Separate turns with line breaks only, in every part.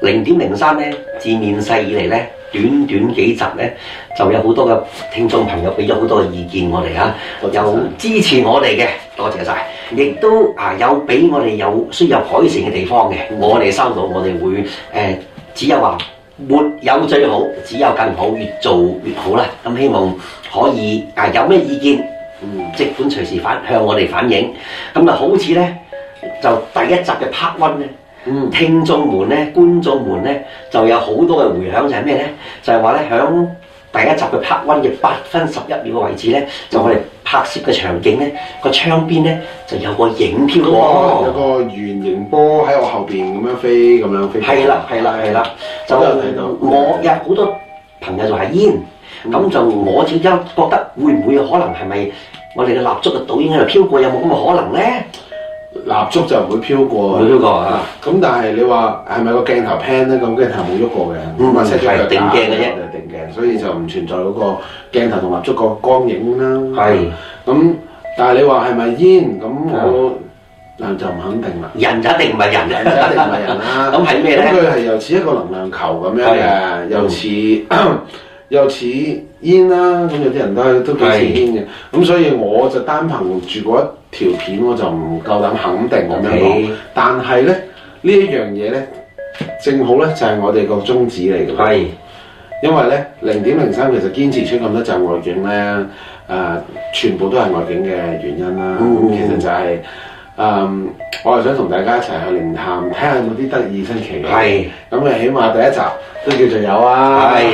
零點零三咧，自面世以嚟咧，短短幾集咧，就有好多嘅聽眾朋友俾咗好多嘅意見我哋嚇，有支持我哋嘅，多謝晒。亦都啊有俾我哋有需要有改善嘅地方嘅，我哋收到我哋會誒、呃只有話沒有最好，只有更好，越做越好啦。咁希望可以啊有咩意見，嗯即管隨時反向我哋反映。咁啊好似咧就第一集嘅 part one 咧。
嗯，
聽眾們咧、觀眾們咧，就有好多嘅迴響，就係咩咧？就係話咧，響第一集嘅拍 a 嘅八分十一秒嘅位置咧，就我哋拍攝嘅場景咧，個窗邊咧就有個影飄
嗰個
過。
有個圓形波喺我後邊咁樣飛，咁樣飛。
係啦，係啦，係啦，就
我有睇到嗯
我有好多朋友就係煙，咁就我自己覺得會唔會可能係咪我哋嘅蠟燭嘅倒影喺度飄過，有冇咁嘅可能咧？
蠟燭就唔會飄過。
冇飄過啊！
咁但係你話係咪個鏡頭 pan 咧？咁鏡頭冇喐過嘅，
嗯
咁啊 set 咗
係
腳
定
架
鏡嘅啫
就定鏡，所以就唔存在嗰個鏡頭同蠟燭個光影啦。
係
咁，但係你話係咪煙？咁
啊
我嗱就唔肯定啦。
人就一定唔係人
人就一定唔係人 啦。
咁係咩咧
咁？佢係又似一個能量球咁樣嘅，
係嗯
又似 又似煙啦。咁有啲人都都幾似
嗯
煙嘅。咁所以我就單憑住嗰一條片，我就唔夠膽肯定咁樣講
OK。
但係咧呢一樣嘢咧，正好咧就係我哋個宗旨嚟嘅。
係
因為咧零點零三其實堅持出咁多集外景咧，誒、全部都係外景嘅原因啦。咁、
嗯
其實就係、嗯我係想同大家一齊去靈探，睇下嗰啲得意新奇嘅嘢。
係。
咁誒，起碼第一集都叫做有啊。
係，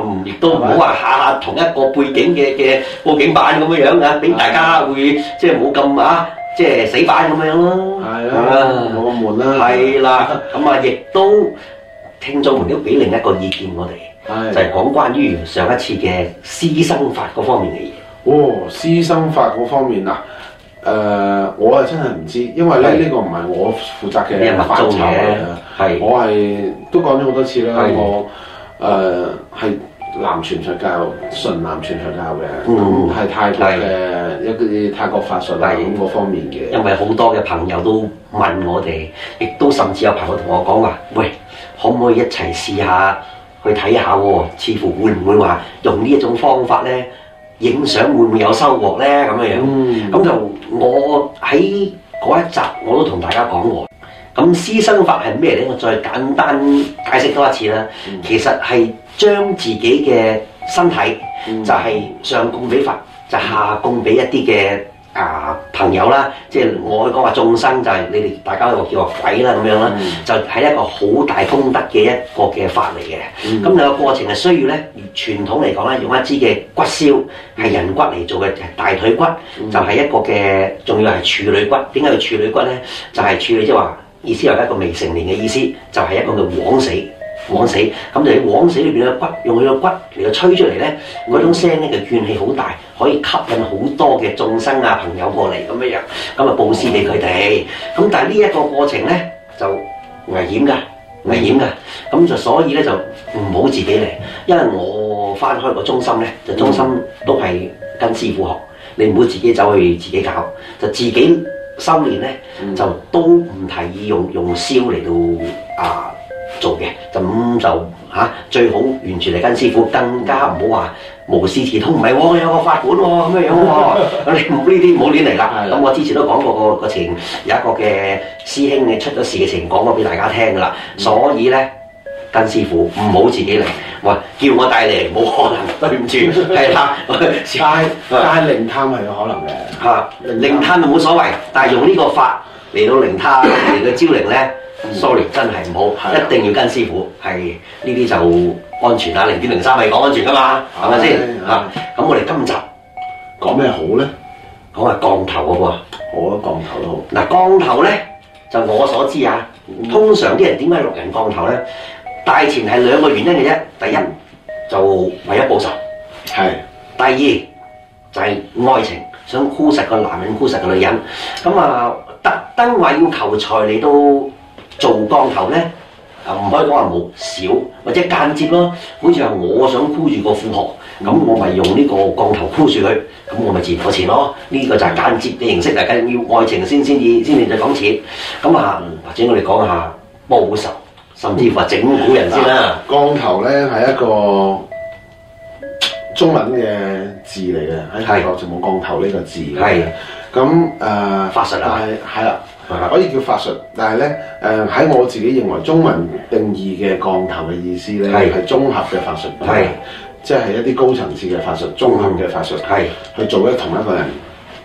嗯亦都唔好話下下同一個背景嘅嘅佈景板咁樣樣啊，俾大家會即係冇咁啊，即係死板咁樣咯。
係啊，冇咁悶啦。
係啦，咁啊，亦都聽眾們都俾另一個意見我哋，
係
就係講關於上一次嘅師生法嗰方面嘅嘢。
哦，師生法嗰方面啊，誒、我啊真係唔知，因為
係
咧呢個唔係我負
呢
責嘅
個密
範
宗
疇
嘅
嚟啊。
係
我係都講咗好多次啦
係，
我誒係、南傳佛教，純南傳佛教嘅，
嗯
咁係、泰國嘅一啲泰國法術啊
係
咁嗰方面嘅。
因為好多嘅朋友都問我哋，亦都甚至有朋友同我講話，喂，可唔可以一齊試下去睇下喎？似乎會唔會話用呢一種方法咧，影相會唔會有收穫咧？咁樣樣，
嗯
咁、就我喺嗰一集我都同大家講過。咁師生法係咩咧？我再簡單解釋多一次啦。其實係將自己嘅身體，就係上供俾佛，就下供俾一啲嘅啊朋友啦。即係我講話眾生就係、你哋大家有個叫話鬼啦咁樣啦，就係一個好大功德嘅一個嘅法嚟嘅。咁你個過程係需要咧，傳統嚟講咧，用一支嘅骨燒係人骨嚟做嘅，大腿骨就係一個嘅，仲要係處女骨。點解要處女骨咧？就係、處女即係話意思係一個未成年嘅意思，就係、一個嘅枉死。枉死，咁就喺枉死裏邊嘅骨，用佢個骨嚟到吹出嚟咧，嗰種聲咧嘅怨氣好大，可以吸引好多嘅眾生啊朋友過嚟咁樣樣，咁啊佈施俾佢哋。咁但係呢一個過程咧就危險㗎，危險㗎。咁就所以咧就唔好自己嚟，因為我翻開個中心咧，就中心都係跟師傅學，你唔好自己走去自己搞，就自己修練咧就都唔提議用用燒嚟到啊。做嘅，咁就嚇、最好完全嚟跟師傅，更加唔好話無師自通，唔係喎，有個法管喎咁樣樣喎，咁你唔呢啲唔好亂嚟啦。
係啦
咁我之前都講過個個情，有一個嘅師兄嘅出咗事嘅情況過俾大家聽噶啦，所以咧跟師傅，唔好自己嚟。喂，叫我帶你嚟，冇可能，對唔住，係啦。
但係但係靈探係有可能嘅。
嚇，靈攤就冇所謂，但係用呢個法嚟到靈 攤嚟到招靈咧，sorry 真係唔好，
嗯係啊
一定要跟師傅，係呢啲就安全啦。零點零三係講安全噶嘛，係咪先
啊係
嚇？咁我哋今集
講咩好咧？
講下降頭嘅喎。
我覺得降頭都好。
嗱，降頭咧就我所知啊，
嗯
通常啲人點解落人降頭咧？大前係兩個原因嘅啫，第一就為咗報仇，
係
第二就係、愛情，想箍實個男人，箍實個女人。咁啊，特登話要求財嚟到做降頭咧，啊唔可以講話冇少，或者間接咯。好似係我想箍住個富豪，咁我咪用呢個降頭箍住佢，咁我咪自然攞錢咯。呢、個就係間接嘅形式，大家要愛情先先至先至再講錢。咁啊，或者我哋講下報仇，甚至乎係整蠱人先啦。
降啊頭咧係一個中文嘅字嚟嘅，喺
係
美國就冇降頭呢個字嘅。
係
咁誒，呃
法術啊
但係係啦
係啦，
可以叫法術，但係咧誒喺我自己認為中文定義嘅降頭嘅意思咧
係
係綜合嘅法術，
係
即係一啲高層次嘅法術，綜合嘅法術，
係
去做一同一個人，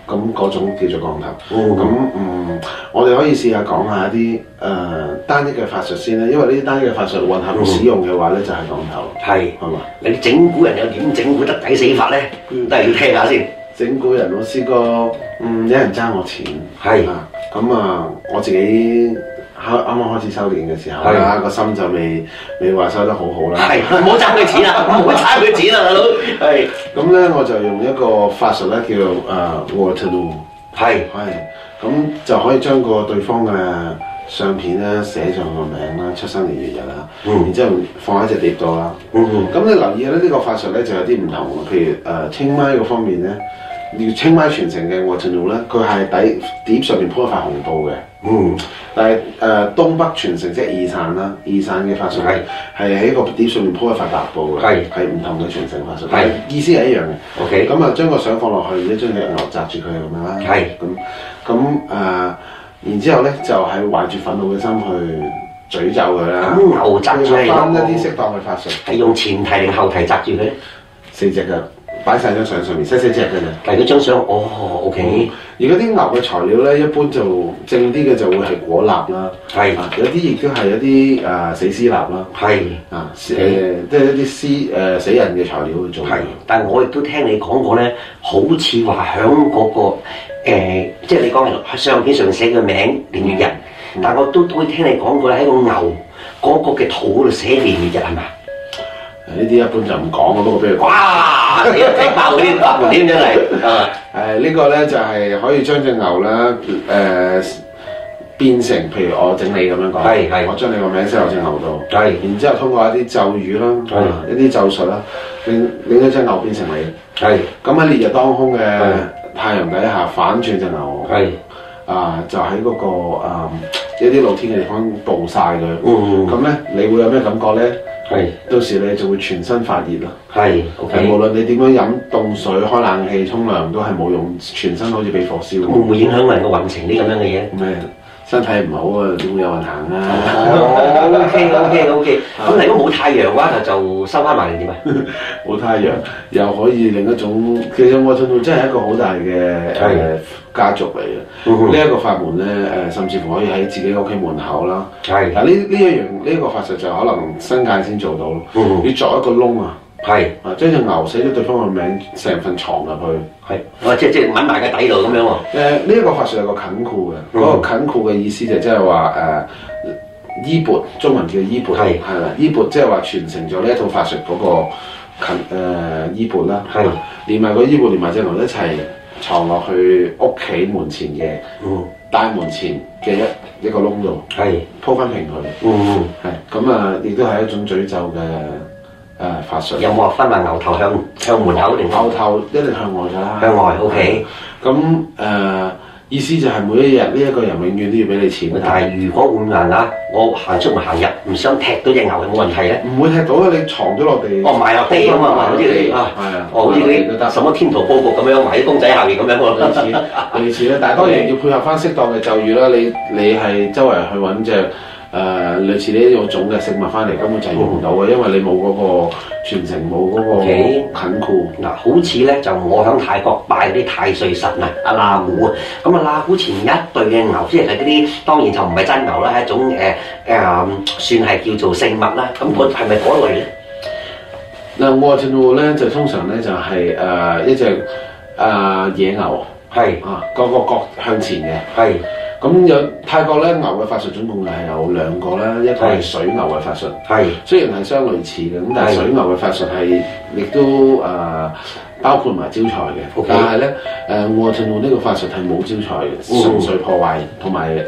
咁嗰種叫做降頭。
嗯
咁嗯，我哋可以試下講下一啲誒、呃、單一嘅法術先啦，因為呢啲單一嘅法術混
嗯
合使用嘅話咧，就係降頭，
係。
係嘛？
你整蠱人又點整蠱得抵死法咧？
嗯
都係要聽下先。
整蠱人，我試過，嗯，有人爭我錢，
係
啊，咁啊，我自己啱啱啱開始修練嘅時候
係
啦，個心就未未話修得好好啦。
係，唔好爭佢錢 啊！唔好爭佢錢啊，大佬。係
咁咧，我就用一個法術咧，叫做誒 Waterloo，
係
係，咁就可以將個對方嘅相片咧寫上個名啦、出生年月日啦，
嗯
然之後放喺隻碟度啦。
嗯
咁你留意咧，呢個法術咧就有啲唔同喎。譬如誒清邁嗰方面咧，要清邁傳承嘅 Waterloo 咧，佢係底碟上面鋪一塊紅布嘅。
嗯
但係誒、呃、東北傳承即係二散啦，二散嘅法術係係喺個碟上面鋪一塊白布嘅，
係
係唔同嘅傳承法術，
係
意思係一樣嘅。
，OK，
咁啊，將個相放落去，然之後將隻牛擲住佢咁樣啦。
係
咁咁誒，然之後咧就係懷住憤怒嘅心去詛咒佢啦。
咁牛擲出嚟
佢話翻一啲適當嘅法術，
係用前提定後提擲住佢咧？
四隻腳擺晒張相上面，細細隻嘅啫。嗯
但係嗰張相，哦，OK，
而嗰啲牛嘅材料咧，一般就正啲嘅就會係果蠟啦，
係
啊有啲亦都係一啲誒、呃死屍蠟啦，
係
啊誒、即係一啲屍誒、呃死人嘅材料去做嘅啊
係。但係我亦都聽你講過咧，好似話響嗰個誒，即係你講係相片上寫嘅名年月日，
嗯
但我都都聽你講過咧，喺個牛嗰個嘅肚嗰度寫年月日係嘛？
呢啲一般就唔講，我不過俾佢講。
哇！你都踢爆嗰啲法門添真係，啊
誒、呢個咧就係、可以將只牛咧誒、變成，譬如我整你咁樣講，
係係
我將你個名寫落只牛度，
係
然之後通過一啲咒語
係
啦，一啲咒術啦，令令到只牛變成你。
係
咁喺烈日當空嘅
係
太陽底下反轉只牛，
係
啊、就喺嗰、個、啊一啲露天嘅地方暴曬佢。
嗯
咁咧、你會有咩感覺咧？
係
到時你就會全身發熱啦。
係
係
OK，
無論你點樣飲凍水、開冷氣、沖涼都係冇用，全身好似俾火燒
會。唔會影響人個運程啲咁樣嘅嘢
咩身體唔好啊，點會有運行
哦
啊？
？OK OK OK，咁如果冇太陽嘅話，就收翻埋定點啊？
冇太陽又可以另一種，其實我信道真係一個好大嘅誒
係
家族嚟
嗯
嘅。
哼
呢一個法門咧誒，甚至乎可以喺自己屋企門口啦。
係
嗱呢呢一樣呢一個法術就可能新界先做到咯。
嗯
要作一個窿啊，
係
啊將隻牛寫咗對方嘅名，成份床入去。
係，我即係即係揾埋個底度咁樣喎。
誒呃呢一個法術有個近庫嘅，
嗯
嗰、個近庫嘅意思就即係話誒衣缽，中文叫衣缽，
係
係啦，衣缽即係話傳承咗呢一套法術嗰個近誒衣缽啦，
係
連埋個衣缽連埋隻牛一齊藏落去屋企門前嘅
嗯
大門前嘅一一個窿度
係
鋪翻平佢，
嗯，
係咁啊，亦都係一種詛咒嘅誒、呃法術。
有冇話分埋牛頭向向門口定
牛頭一定向外㗎啦，啊
向外？OK，
咁誒、呃意思就係每一日呢一個人永遠都要俾你錢，
但係如果換硬啊，我行出唔行入，唔想踢到只牛有冇問題咧？
唔會踢到啊嘅，你藏咗落地。
哦，埋落地咁啊，埋好似你啊
係啊，，
哦，好似
埋落地都
嗰啲
得
什麼天圖報告咁樣，埋啲公仔下面咁 樣
類似
喎。
啊 類似啦，但係當然要配合翻適當嘅咒語啦。你你係周圍去揾隻誒類似呢一種嘅食物翻嚟，根本就係用唔到嘅，因為你冇嗰個傳承，冇嗰個
OK
近庫。
嗱，好似咧就我喺泰國拜嗰啲太歲神啊，阿喇古啊，咁啊喇古前面有一對嘅牛，即係嗰啲當然就唔係真牛啦，係一種誒誒、算係叫做聖物啦。咁嗰係咪嗰類咧？
嗱，我嘅進路咧就通常咧就係、誒、一隻誒、野牛
係
啊，個個角向前嘅。
係
咁有泰國咧牛嘅法術總共係有兩個啦，一個係
係
水牛嘅法術，
係
雖然係相類似嘅，咁但係
係
水牛嘅法術係亦都誒、呃包括埋招財嘅
OK
但係咧誒我進路呢個法術係冇招財嘅，
嗯
純粹破壞同埋誒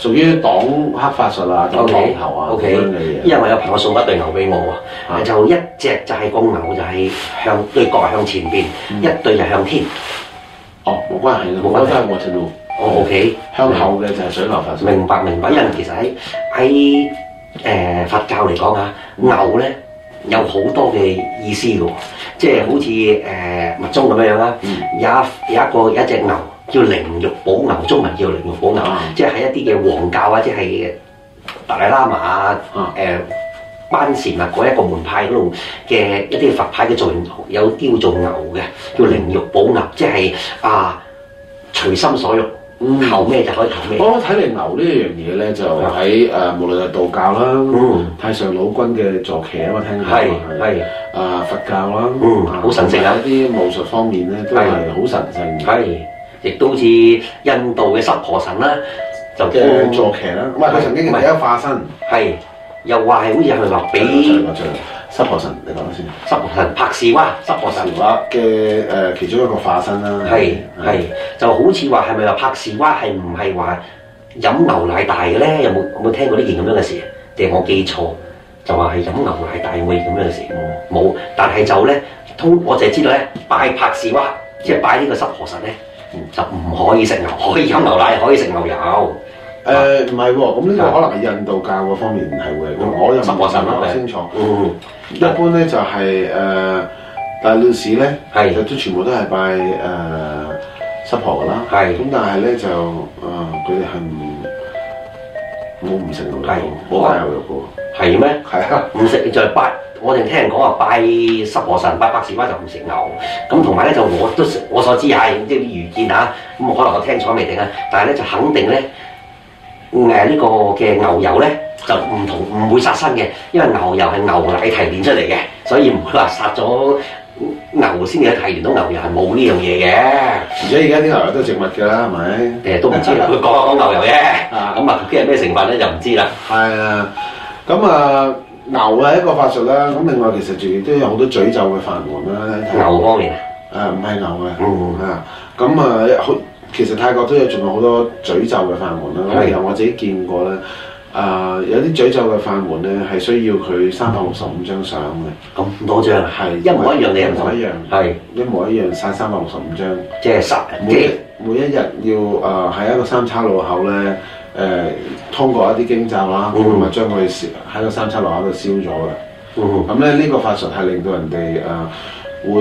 屬於擋黑法術啊、擋降
OK
頭啊咁
OK，
樣嘅嘢。
因為有朋友送咗對牛俾我
啊
啊，就一隻就係公牛，就係向對角向前邊，一對就向天。
哦，冇關係嘅，
冇
我
關係
覺得係我進路
哦，OK，
向後嘅就係水牛法術。
明白明白，因為其實喺喺誒佛教嚟講啊，牛咧有好多嘅意思嘅喎，即係好似誒密宗咁樣樣啦，
嗯
有一有一個有一隻牛叫靈玉寶牛，中文叫靈玉寶牛
啊，
即係喺一啲嘅黃教啊，即係達賴喇嘛啊
啊，
誒。班禪啊，嗰一個門派嗰度嘅一啲佛牌嘅造型有雕做牛嘅，叫靈玉寶牛，即係啊隨心所欲，
嗯
求咩就可以求咩。
我睇嚟牛呢一樣嘢咧，就喺誒、呃、無論係道教啦、
嗯
太上老君嘅坐騎啊，我聽過
係係
啊佛教啦，
嗯
啊
好神聖啊
同埋一啲武術方面咧都係
係
好神聖嘅
係，亦都好似印度嘅濕婆神啦，就
嘅坐騎哦啦。唔係佢曾經
唔係
係一化身，
係，又話係好似係咪啊話俾
最最濕婆神，你講先。
濕婆神拍士哇，濕婆神
神話嘅誒其中一個化身啦，
係係，就好似話係咪話拍士哇係唔係話飲牛奶大嘅咧？有冇有冇聽過呢件咁樣嘅事？定係我記錯？就話係飲牛奶大會咁樣嘅事，冇。但係就咧，通我就係知道咧，拜拍士哇，即係拜呢個濕婆神咧，就唔可以食牛， 可以飲牛奶，可以食牛油。啊
誒唔係喎，咁呢個可能係印度教嗰方面係會，我又唔
濕婆神啦，
唔清楚。
嗯。
一般咧就係、誒、大料士咧，
係
就都全部都係拜誒濕婆噶啦。
係
咁，但係咧就誒啊佢哋係唔冇唔食牛肉
係
嘅，冇拜牛肉嘅
係咩？
喎。係啊，
唔食就係拜，我哋聽人講話拜濕婆神、拜百事威就唔食牛。咁同埋咧就我都食我所知啊，即係啲預見啊，咁可能我聽錯未定啊。但係咧就肯定咧，誒、呢個嘅牛油咧就唔同唔會殺生嘅，因為牛油係牛奶提煉出嚟嘅，所以唔會話殺咗牛先至提煉到牛油係冇呢樣嘢嘅。
而且而家啲牛肉都係植物㗎啦，係咪？
誒都唔知啦，佢講下講牛油啫，
啊
咁啊究竟係咩成分咧就唔知啦。
係啊，咁啊牛係一個法術啦，咁另外其實仲亦都有好多詛咒嘅法門啦。
牛方面啊，
誒唔係牛嘅，
嗯
啊咁啊好，其實泰國都有仲有好多詛咒嘅法門啦。
係
其實我自己見過咧，啊、有啲詛咒嘅法門咧係需要佢三百六十五張相嘅，
咁多張啊，
係
一模一樣你又
一模一樣
係。
一模一樣晒三百六十五張，
即係殺，即
每
係
每一日要啊喺、一個三叉路口咧。誒、通過一啲經罩啦，
嗯
咁啊將佢燒喺個三叉路口度燒咗嘅。
嗯
咁咧呢個法術係令到人哋誒、呃、會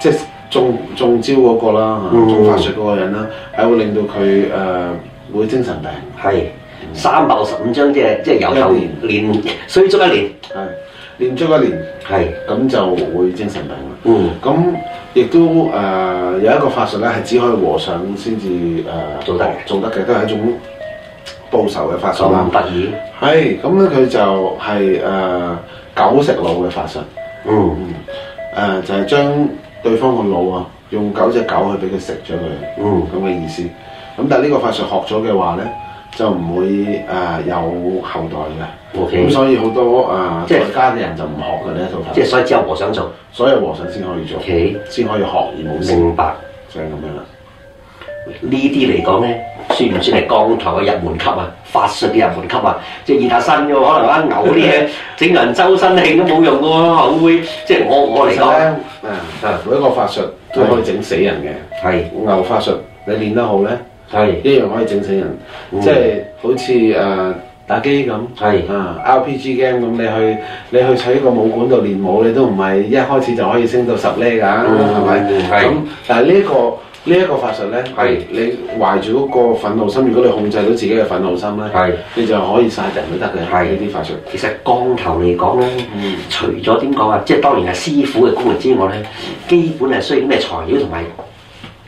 即係中中招嗰個啦，嚇
嗯
中法術嗰個人啦，係會令到佢誒、呃、會精神病，
係三百六十五張，即係即係由頭練衰足一年，
係練足一年
係
咁就會精神病啦。
嗯
咁亦都誒、呃有一個法術咧，係只可以和尚先至誒
做得嘅
做得嘅，都係一種報仇嘅法術啦
咁。得意，
係咁咧，佢就係、誒、狗食腦嘅法術。
嗯
誒、就係將對方個腦啊，用九隻狗去俾佢食咗佢，
嗯
咁嘅意思。咁但係呢個法術學咗嘅話咧，就唔會誒、有後代嘅。
，OK，
咁所以好多誒
即係
在家嘅人就唔學嘅呢一套法
即係
術，
所以只有和尚做，
所有和尚先可以做，
OK
先可以學而冇事，
明白
就係咁樣啦。啊
呢啲嚟講咧，算唔算係降頭嘅入門級啊？法術嘅入門級啊？即係熱下身嘅喎，可能啊牛啲 嘢整人周身慶都冇用嘅喎，會即係我我嚟
其實
講
咧，誒每一個法術都可以整死人嘅，
係
牛法術你練得好咧，
係
一樣可以整死人，
嗯
即係好似誒、打機咁。
係
啊 RPG game 咁你去你去喺個武館度練武，你都唔係一開始就可以升到十呢㗎，
嗯
係咪？
係
咁但係呢個呢一個法術咧，
係
你懷住嗰個憤怒心，如果你控制到自己嘅憤怒心
係
咧，你就可以殺人都得嘅。
係
呢啲法術，
其實降頭嚟講咧，
嗯
除咗點講啊，即係當然係師傅嘅功力之外咧，基本係需要咩材料同埋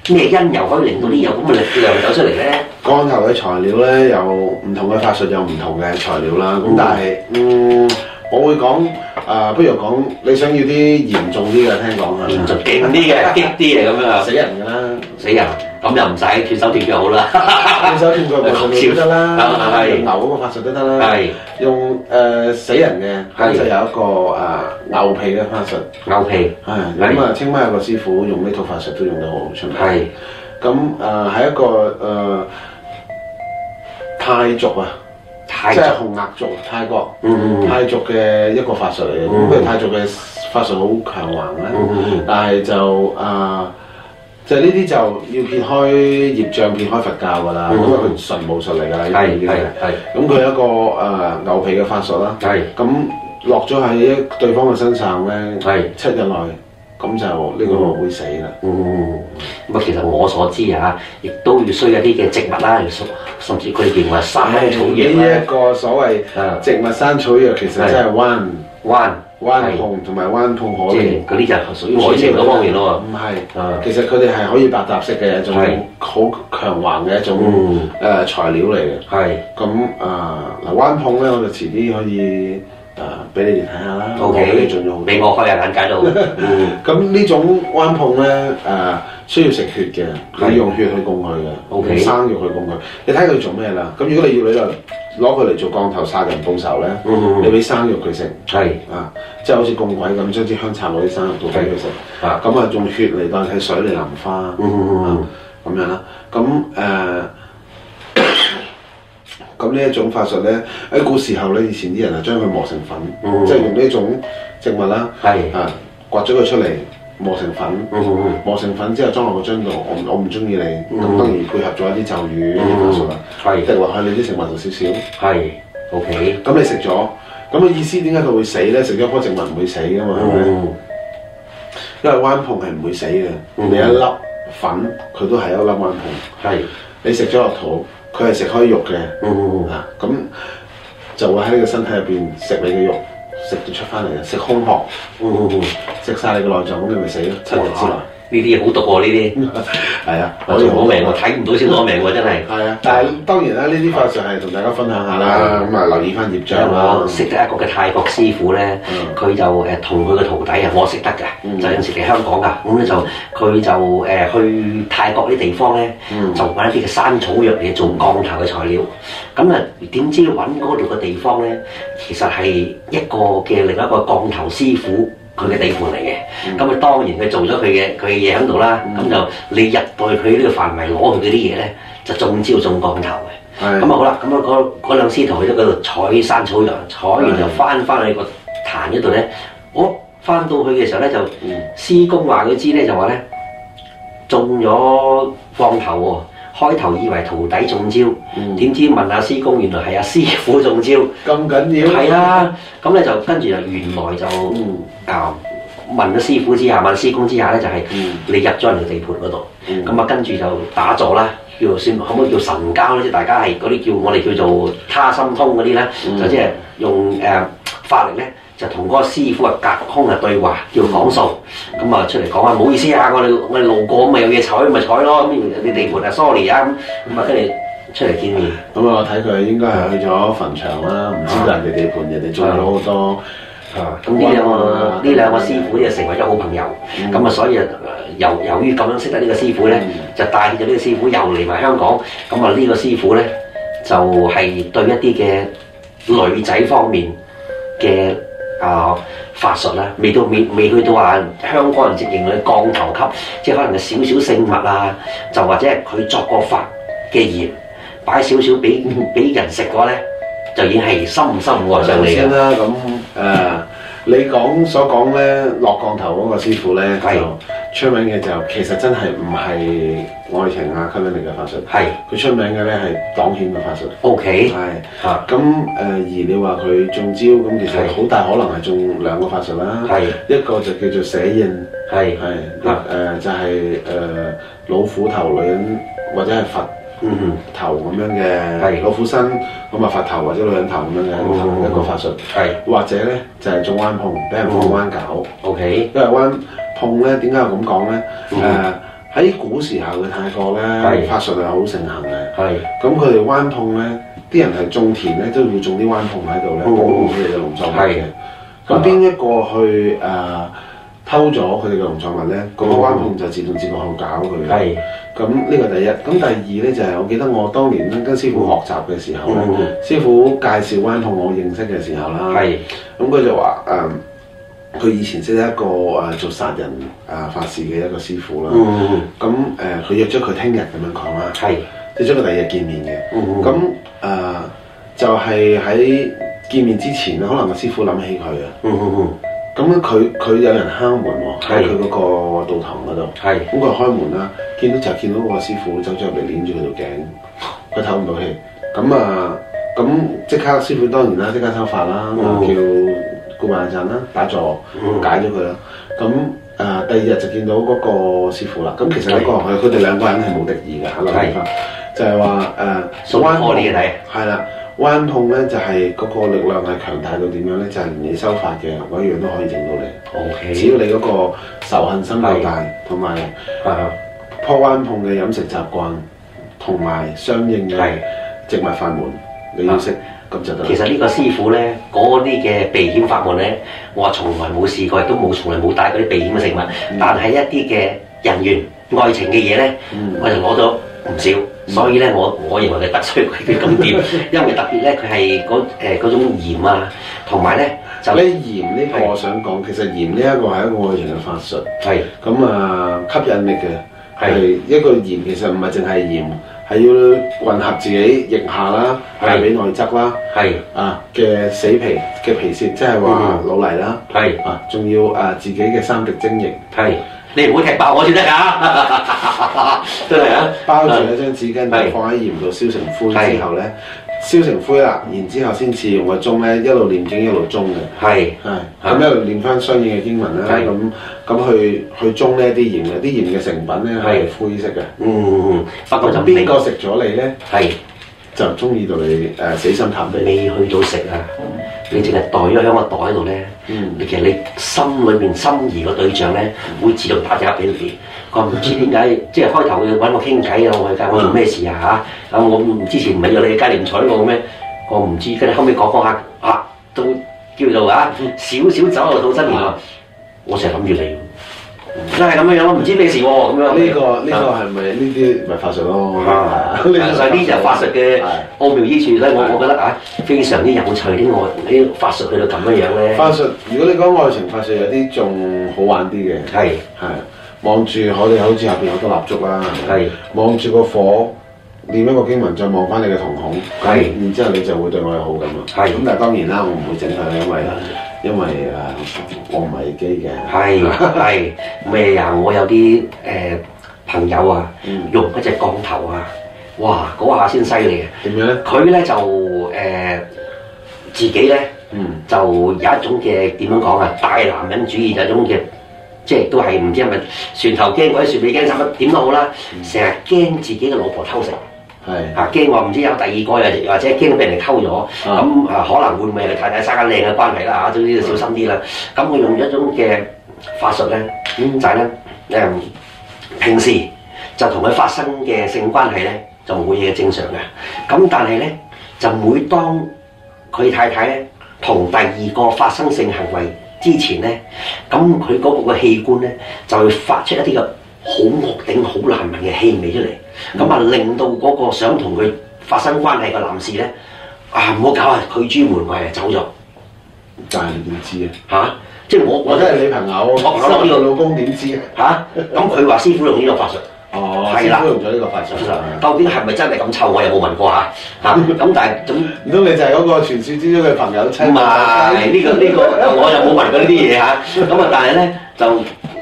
咩因由可以令到呢有咁嘅力量走出嚟咧？
光頭嘅材料咧有唔同嘅法術，有唔同嘅材料啦。咁但係，嗯，我會講啊，不如講你想要啲嚴重啲嘅，聽講啊，
連續勁啲 嘅，激啲嘅咁樣啊
死，人㗎啦，
死人咁又唔使斷手斷腳好啦。
用手斷腳法術都得啦，
啊
啊
係
用牛嗰個法術都得啦，
係
用誒、死人嘅，
係
咁就有一個誒、牛皮嘅法術。
牛皮
係咁啊，清邁有個師傅用呢套法術都用得好出名。
係
咁誒係一個誒、呃泰族啊，
太
即係
重，
紅額族泰國、
嗯嗯
泰族嘅一個法術嚟嘅。咁佢、泰族嘅法術好強橫啦，
嗯嗯嗯
但係就誒。呃就呢啲就要撇開業障，撇開佛教㗎啦，
嗯
因為佢純武術嚟㗎啦，呢啲已
係
經
係
係
係
咁佢有一個誒、呃牛皮嘅法術啦，
係
咁落咗喺對方嘅身上咧，
係
七日內，咁就呢個會死啦。
嗯，咁啊，其實我所知啊，亦都要需要一啲嘅植物啦，甚甚至佢哋認為生草藥
呢一
啦、
個所謂
啊
植物生草藥，其實真係彎
彎
彎
係
控同埋彎控可
即
憐
係。啊嗰啲就屬於愛情嗰方面咯
唔
啊
係，其實佢哋係可以百搭式嘅一種
係
好強橫嘅一種
嗯
誒材料嚟嘅。
喎。係
咁啊嗱，彎控咧，我就遲啲可以誒俾你哋睇下啦。我俾你做咗好
，OK，
多
俾我開下眼界都好。 嗯
咁呢種彎碰咧，誒、需要食血嘅，
係
你用血去供佢嘅
OK
用生肉去供佢。你睇佢做咩啦？咁如果你要你就攞佢嚟做降頭殺人報仇咧，
嗯
你俾生肉佢食
係
啊，即係好似供鬼咁，將支香插落啲生肉度俾佢食。
啊，
咁啊，用血嚟代替水嚟淋花，
嗯嗯嗯
啊咁樣啦。咁誒。咁呢一種法術咧，喺古時候咧，以前啲人啊將佢磨成粉，
嗯
即係用呢種植物啦，
係
啊，掘咗佢出嚟，磨成粉，
嗯嗯嗯
磨成粉之後裝落個樽度，我唔我唔中意你，咁
嗯
當然配合咗一啲咒語、
嗯
啲法術啦，
係
滴落去哎你啲食物度少少，
係，OK，
咁你食咗，咁嘅意思點解佢會死咧？食咗棵植物唔會死噶嘛，係咪？
嗯
因為彎碰係唔會死嘅，
嗯
你一粒粉佢都係一粒彎碰，
係，
你食咗落肚，佢係食開肉嘅，
嗯
啊咁就會喺你個身體入邊食你嘅肉，食到出翻嚟嘅，食空殼，
嗯嗯，
食晒你嘅內臟，咁你咪死咯，七日之內。
哇啊呢啲好毒喎，呢啲
係啊，
我仲攞命喎，睇唔到先攞命喎，真係。
係啊，但係當然啦，呢啲法術係同大家分享下啦，咁啊留意翻業障啦
我。識得一個嘅泰國師傅咧，
嗯
佢就誒同佢嘅徒弟啊，我識得嘅，
嗯
就有陣時嚟香港噶，咁咧就佢就誒去泰國啲地方咧，
嗯
就揾一啲嘅山草藥嚟做降頭嘅材料。咁啊，點知揾嗰度嘅地方咧，其實係一個嘅另一個降頭師傅。佢嘅地盤嚟嘅，
嗯
咁佢當然佢做咗佢嘅佢嘅嘢喺度啦，咁就你入到去佢呢個範圍攞佢嗰啲嘢咧，就中招中降頭嘅。
係
咁啊好啦，咁啊嗰嗰兩師徒去咗嗰度採山草藥，採完就翻翻去個壇嗰度咧，我翻到去嘅時候咧就
嗯
師公話佢知咧就話咧中咗降頭喎，開頭以為徒弟中招，
嗯
點知問阿師公原來係阿師傅中招，
咁緊要。
係啦，咁咧就跟住就原來就
嗯
啊問咗師傅之下，問師公之下咧就係
嗯
你入咗人哋地盤嗰度。
嗯
咁啊，跟住就打坐啦，叫做算可唔可以叫神交咧？即係大家係嗰啲叫我哋叫做他心通嗰啲咧，
嗯
就即係用誒、呃法力咧，就同嗰個師傅啊隔空啊對話，叫講數。咁啊出嚟講啊，唔好意思啊，我哋我哋路過咁咪有嘢採咪採咯，咁你地盤啊 sorry 啊咁，咁啊跟住出嚟見面，
咁啊，我睇佢應該係去咗墳場啦，唔知道人哋地盤，人哋種咗好多。
啊咁呢兩個呢兩個師傅就成為咗好朋友，咁啊、所以啊由由於咁樣識得呢個師傅咧，
嗯
就帶住呢個師傅又嚟埋香港，咁啊呢個師傅咧就係、對一啲嘅女仔方面嘅啊法術啦，未到未未去到話香港人直認嘅降頭級，即係可能係少少聖物啊，就或者係佢作過法嘅鹽擺少少俾俾人食過咧，就已經係深深愛上
首
你嘅
先。啦，咁誒，你講所講咧，落降頭嗰個師傅咧，
係
就出名嘅就其實真係唔係愛情啊吸引力嘅法術，
係
佢出名嘅咧係擋險嘅法術。
O K，
係。
啊，
咁誒、而你話佢中招，咁其實
係
好大可能係中兩個法術啦。
係
一個就叫做寫印，
係
係嗱誒就係、誒、老虎頭女人或者係佛
嗯哼
頭咁樣嘅
係
老虎身咁啊佛頭或者女人頭咁樣嘅一個
嗯
一個法術，
係
或者咧就係、做彎碰，俾人放彎
哦
搞。
，OK，
因為彎碰咧，點解我咁講咧？誒喺、
嗯
古時候嘅泰國咧，
係
法術係好盛行嘅。
係
咁佢哋彎碰咧，啲人係種田咧，都要種啲彎碰喺度咧，保
嗯
護佢哋嘅農作物嘅
係。
咁邊一個去誒、偷咗佢哋嘅農作物咧？嗰、個彎碰就自動自覺去搞佢嘅。
哦係
咁呢個第一，咁第二咧就係、我記得我當年咧跟師傅學習嘅時候咧，
嗯
師傅介紹彎碰我認識嘅時候啦，
係
咁佢就話誒，嗯佢、以前識得一個誒、呃做殺人啊、法事嘅一個師傅啦，
嗯
咁誒佢約咗佢聽日咁樣講啦，
係
約咗佢第二日見面嘅。
嗯
咁誒、呃就係、喺見面之前咧，可能個師傅諗起佢啊。
嗯嗯
咁咧佢佢有人敲門喎，喺
係
佢嗰個道堂嗰度。
係
咁佢開門啦，見到就係見到個師傅走咗入嚟，攆住佢條頸，佢唞唔到氣。咁啊，咁即刻師傅當然啦，即刻收法啦，
嗯
叫顧萬陣啦，打坐
嗯
解咗佢啦。咁啊，第二日就見到嗰個師傅啦。咁其
嗯
實呢個佢佢哋兩個人係冇敵意嘅，喺個地方就係話誒，
數開呢個睇
係啦。彎碰咧就係嗰個力量係強大到點樣咧？就係、連你收法嘅嗰樣都可以整到你，
，OK，
只要你嗰個仇恨心夠大，同埋
啊
破灣碰嘅飲食習慣，同埋相應嘅
係。啊
植物法門，你要識咁就得啦。
其實呢個師傅咧，嗰啲嘅避險法門咧，我話從來冇試過，亦都冇從來冇帶嗰啲避險嘅食物。但係一啲嘅人緣、愛情嘅嘢咧，
嗯
我就攞咗唔少。所以咧，我我認為佢不需要佢咁掂， 因為特別咧，佢係嗰誒嗰種鹽啊，同埋咧就
呢鹽呢個我想講，其實鹽呢一個係一個愛情嘅法術，
係
咁啊吸引力嘅
係
係一個鹽，其實唔係淨係鹽，係要混合自己腋下啦、
係
大髀內側啦
係
啊嘅死皮嘅皮屑，即係話
嗯
老泥啦
係
啊，仲要啊自己嘅三滴精液
係，你唔好踢爆我先得 㗎，真係啊！
包住一張紙巾，
係
放喺鹽度燒成灰
係
之後咧，燒成灰啦，然之後先至用個鐘咧，一路念經一路鐘嘅，
係
係
係
咁一路念翻相應嘅經文啦，
係
咁咁去去鐘呢啲鹽嘅，啲鹽嘅成品咧係
係
灰色嘅。
嗯，不過就
咁
未
邊個食咗你咧，
係。
就中意到你誒、呃死心塌地。
你去到食啊，你淨係袋咗喺個袋喺度咧，
嗯
你其實你心裏面心儀個對象咧，會自動打電話俾你。我唔知點解，即係開頭佢揾我傾偈啊，我係我做咩事啊嚇？咁我唔之前唔係約你去街你唔睬我嘅咩？我唔知，跟住後尾講講下啊，都叫做啊少少走又到新年啦。我成日諗住你，真係咁樣樣，我唔知咩事喎咁樣。
呢、個呢、個係咪呢啲咪法術咯？
啊！
呢
所以
個
呢就係法術嘅
係
奧妙之處咧，
係
我我覺得啊，非常之有趣啲我啲法術去到咁樣樣咧，
法術。如果你講愛情法術，有啲仲好玩啲嘅。
係
係望住我哋好似下邊有好多蠟燭啦，
係
望住個火，念一個經文，再望翻你嘅瞳孔，
係
然之後你就會對我有好感啦。
係
咁，但係當然啦，我唔會整佢，因為因為誒我唔係基嘅，
係係咩呀？我有啲誒朋友啊，
嗯
用一隻鋼頭啊，哇！嗰下先犀利嘅，
點樣咧？
佢咧就誒自己咧。
嗯，
就有一種嘅點樣講啊，大男人主義就係一種嘅，即係都係唔知係咪船頭驚或者船尾驚，乜點都好啦，
嗯
成日驚自己嘅老婆偷食。
係
啊驚我唔知有第二個又或者驚俾人哋溝咗，咁啊可能會唔會係佢太太生緊靚嘅關係啦啊嚇，總之就小心啲啦。咁我用一種嘅法術咧，就係咧誒平時就同佢發生嘅性關係咧就冇嘢正常嘅，咁但係咧就每當佢太太咧同第二個發生性行為之前咧，咁佢嗰個嘅器官咧就會發出一啲嘅好惡頂、好難聞嘅氣味出嚟，咁啊令到嗰個想同佢發生關係嘅男士咧啊唔好搞啊，拒諸門外啊走咗
但係你點知啊？
嚇、即係我
我
我
都
真係
係你朋友，
我朋友
我老公點知啊？
嚇，咁佢話師傅用呢個法術。
哦，
係啦
師傅用咗呢個法術，
究竟係咪真係咁臭？我又冇問過嚇嚇。咁但係總
唔通你就係嗰個傳説之中嘅朋友妻？
唔係啊呢個呢個，我又冇問過呢啲嘢嚇。咁啊，但係咧就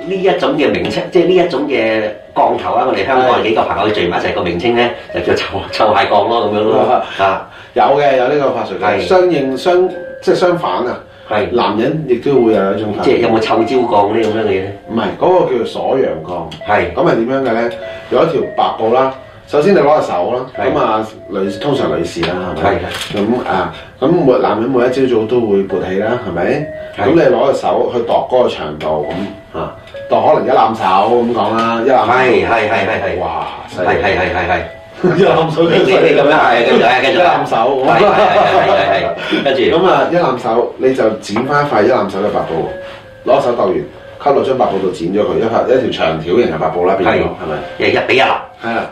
呢一種嘅名稱，即係呢一種嘅降頭啊，我哋香港有幾個朋友聚埋一齊個名稱咧，就叫臭臭蟹
啊
降咯，咁樣咯嚇。啊
有嘅，有呢個法術嘅，
係
相應相即係相反啊！
係
男人亦都會有一種
即係有冇臭椒鋼呢咁樣嘅嘢咧？
唔係嗰個叫做鎖陽鋼。
係
咁係點樣嘅咧？有一條白布啦，首先你攞隻手啦，
係
咁啊女通常女士啦，係咪
係？
咁啊，咁每男人每一朝早都會勃起啦，係咪？
係
咁你攞隻手去度嗰個長度咁啊，度可能一攬手咁講啦，一攬手
係係係係係
哇，犀利
係係係係係。
一攬手
你你你咁樣係繼續係繼續
一攬手，
係係係係係跟住
咁啊一攬手你就剪翻一塊一攬手嘅白布，攞手度完，吸落張白布度剪咗佢一塊一條長條形嘅白布啦，變咗
係
係
又
咪？
一比一啦。
係啦，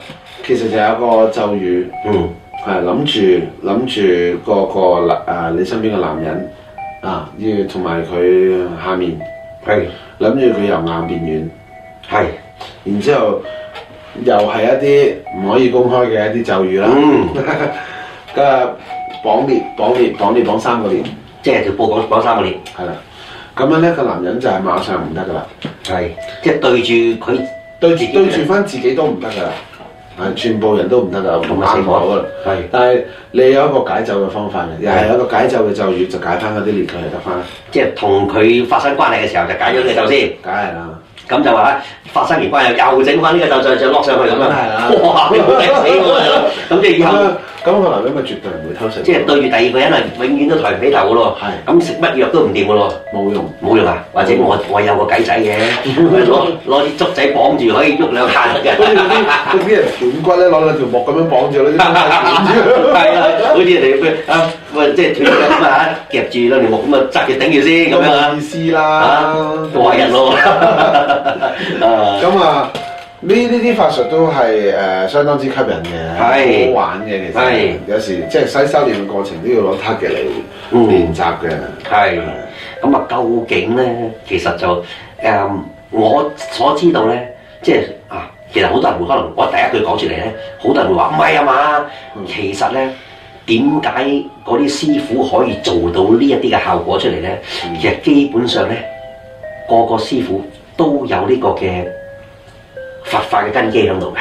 其實就有個咒語，
嗯，
係諗住諗住個個男啊你身邊嘅男人啊，要同埋佢下面
係
諗住佢由硬變軟，
係
然之後又係一啲唔可以公開嘅一啲咒語啦。
嗯，
嘅綁裂、綁裂、綁裂、綁三個裂，
即係條布講講三個年，
係啦。咁樣咧，個男人就係馬上唔得噶啦，
係即係對住佢
對
自己嘅
住對住翻自己都唔得噶啦，係全部人都唔得噶，
同
同
埋死
啱唔好
火
噶啦。
係
但係你有一個解咒嘅方法嘅，又係有一個解咒嘅咒語，就解翻嗰啲裂佢就得翻，
即係同佢發生關係嘅時候就解咗呢個咒先，
梗係啦。
咁就話發生完關係又整翻呢個咒再再落上去咁樣
梗係啦，
哇！你唔死 我啊！咁即係以
咁
後
啊咁個男人咪絕對唔會偷食，
即係對住第二個人係永遠都抬唔起頭嘅咯，
係嗯
咁食乜藥都唔掂嘅咯。
冇用。
冇用啊！或者我我有個計仔嘅，啊攞攞啲竹仔綁住可以喐兩下得
好
嘅
似嗰。啲嗰啲人斷骨咧，攞兩條木咁樣綁住咧，啲中間
係啊，好似人哋啊，喂即係斷咗咁啊，夾住兩條木咁啊，扎住頂住先咁樣
冇
啊
意，思
啊
啦，，
壞人咯， 啊，
咁啊，呢呢啲法術都係誒、呃相當之吸引嘅，
係
好玩嘅。其
係
實有時即係西修練嘅過程都要攞 target 嚟
嗯
練習嘅。
係。咁啊，究竟咧，其實就誒、我所知道咧，即係啊，其實好多人會可能我第一句講出嚟咧，好多人會話唔係啊嘛，其實咧。點解嗰啲師傅可以做到呢一啲嘅效果出嚟咧？其實基本上咧，個個師傅都有呢個嘅佛法嘅根基喺度嘅。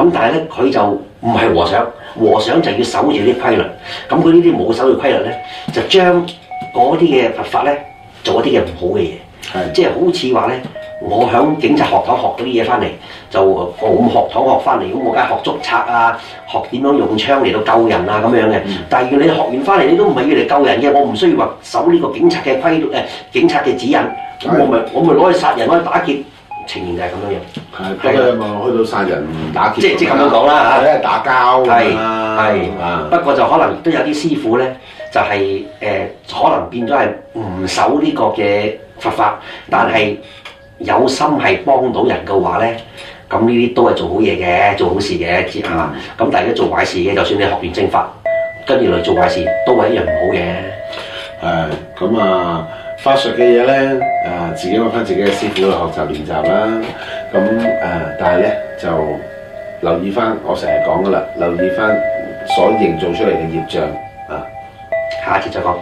咁但係咧，佢就唔係和尚，和尚就要守住啲規律。咁佢呢啲冇守住規律咧，就將嗰啲嘅佛法咧做一啲嘅唔好嘅嘢。
係
即係好似話咧，我響警察學堂學到啲嘢翻嚟，就我咁學堂學翻嚟，咁我梗係學捉賊啊，學點樣用槍嚟到救人啊咁樣嘅。
嗯
但係要你學完翻嚟，你都唔係要嚟救人嘅，我唔需要話守呢個警察嘅規律誒、警察嘅指引，咁我咪我咪攞去殺人，攞去打劫，情形就係咁樣樣。
係咁你有冇去到殺人唔打劫？啊
即即咁樣講啦嚇
或者係打交
係
咁啦
係，
啊
不過就可能都有啲師傅咧，就係、誒、可能變咗係唔守呢個嘅佛法，但係有心係幫到人嘅話咧，咁呢啲都係做好嘢嘅，做好事嘅，知係嘛？咁但係如果做壞事嘅，就算你學完正法，跟住嚟做壞事，都係一樣唔好嘅。
係咁啊！法術嘅嘢咧，誒自己揾翻自己嘅師傅去學習練習啦。咁誒、但係咧就留意翻我成日講噶啦，留意翻所營造出嚟嘅業障啊。
下一節再講。